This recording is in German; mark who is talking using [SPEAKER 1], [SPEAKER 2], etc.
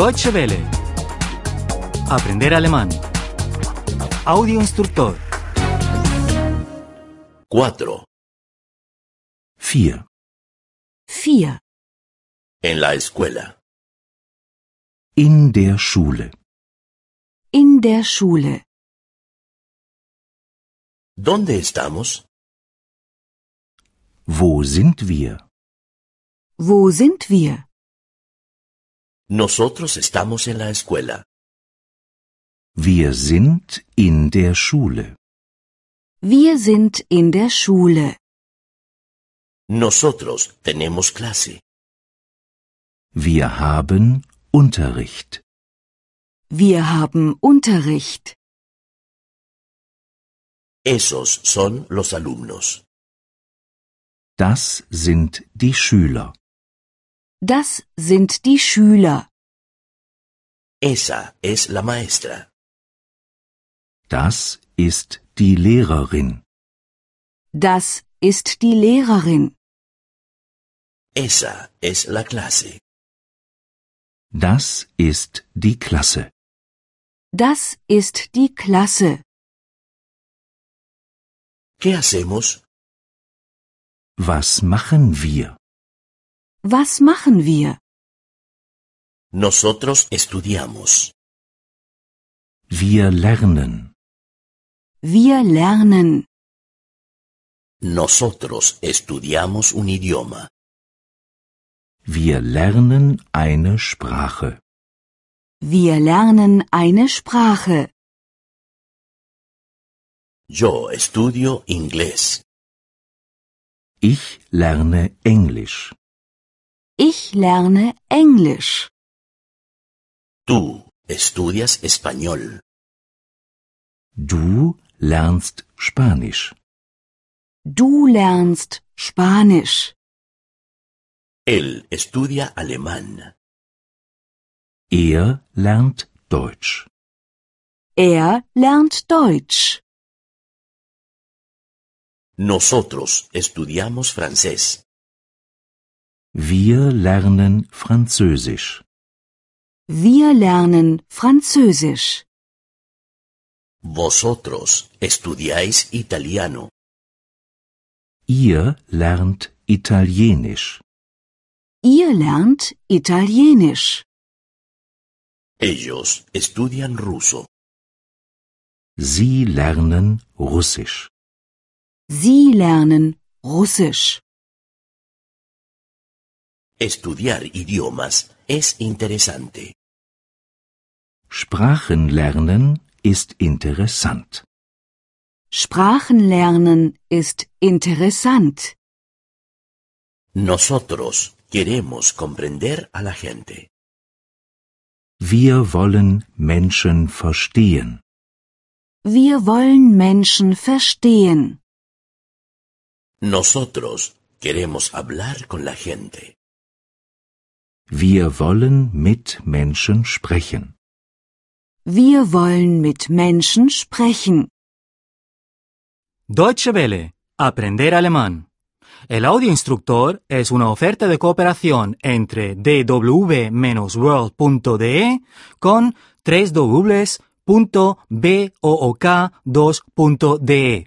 [SPEAKER 1] Deutsche Welle. Aprender alemán. Audio instructor.
[SPEAKER 2] 4.
[SPEAKER 3] 4.
[SPEAKER 4] 4.
[SPEAKER 2] En la escuela.
[SPEAKER 3] In der Schule.
[SPEAKER 4] In der Schule.
[SPEAKER 2] ¿Dónde estamos?
[SPEAKER 3] Wo sind wir?
[SPEAKER 4] Wo sind wir?
[SPEAKER 2] Nosotros estamos en la escuela.
[SPEAKER 3] Wir sind in der Schule.
[SPEAKER 4] Wir sind in der Schule.
[SPEAKER 2] Nosotros tenemos clase.
[SPEAKER 3] Wir haben Unterricht.
[SPEAKER 4] Wir haben Unterricht.
[SPEAKER 2] Esos son los alumnos.
[SPEAKER 3] Das sind die Schüler.
[SPEAKER 4] Das sind die Schüler.
[SPEAKER 2] Esa es la maestra.
[SPEAKER 3] Das ist die Lehrerin.
[SPEAKER 4] Das ist die Lehrerin.
[SPEAKER 2] Esa es la clase.
[SPEAKER 3] Das ist die Klasse.
[SPEAKER 4] Das ist die Klasse.
[SPEAKER 2] ¿Qué hacemos?
[SPEAKER 3] Was machen wir?
[SPEAKER 4] Was machen wir?
[SPEAKER 2] Nosotros estudiamos.
[SPEAKER 3] Wir lernen.
[SPEAKER 4] Wir lernen.
[SPEAKER 2] Nosotros estudiamos un idioma.
[SPEAKER 3] Wir lernen eine Sprache.
[SPEAKER 4] Wir lernen eine Sprache.
[SPEAKER 2] Yo estudio inglés.
[SPEAKER 3] Ich lerne Englisch.
[SPEAKER 4] Ich lerne Englisch.
[SPEAKER 2] Tú estudias español.
[SPEAKER 3] Du lernst Spanisch.
[SPEAKER 4] Du lernst Spanisch.
[SPEAKER 2] Él estudia alemán.
[SPEAKER 3] Er lernt Deutsch.
[SPEAKER 4] Er lernt Deutsch.
[SPEAKER 2] Nosotros estudiamos francés.
[SPEAKER 3] Wir lernen Französisch.
[SPEAKER 4] Wir lernen Französisch.
[SPEAKER 2] Vosotros estudiáis italiano.
[SPEAKER 3] Ihr lernt Italienisch.
[SPEAKER 4] Ihr lernt Italienisch.
[SPEAKER 2] Ellos estudian ruso.
[SPEAKER 3] Sie lernen Russisch.
[SPEAKER 4] Sie lernen Russisch.
[SPEAKER 2] Estudiar idiomas es interesante.
[SPEAKER 3] Sprachen lernen ist interessant.
[SPEAKER 4] Sprachen lernen ist interessant.
[SPEAKER 2] Nosotros queremos comprender a la gente.
[SPEAKER 3] Wir wollen Menschen verstehen.
[SPEAKER 4] Wir wollen Menschen verstehen.
[SPEAKER 2] Nosotros queremos hablar con la gente.
[SPEAKER 3] Wir wollen mit Menschen sprechen.
[SPEAKER 4] Wir wollen mit Menschen sprechen.
[SPEAKER 1] Deutsche Welle. Aprender alemán. El audio instructor es una oferta de cooperación entre dw-world.de con 3 2de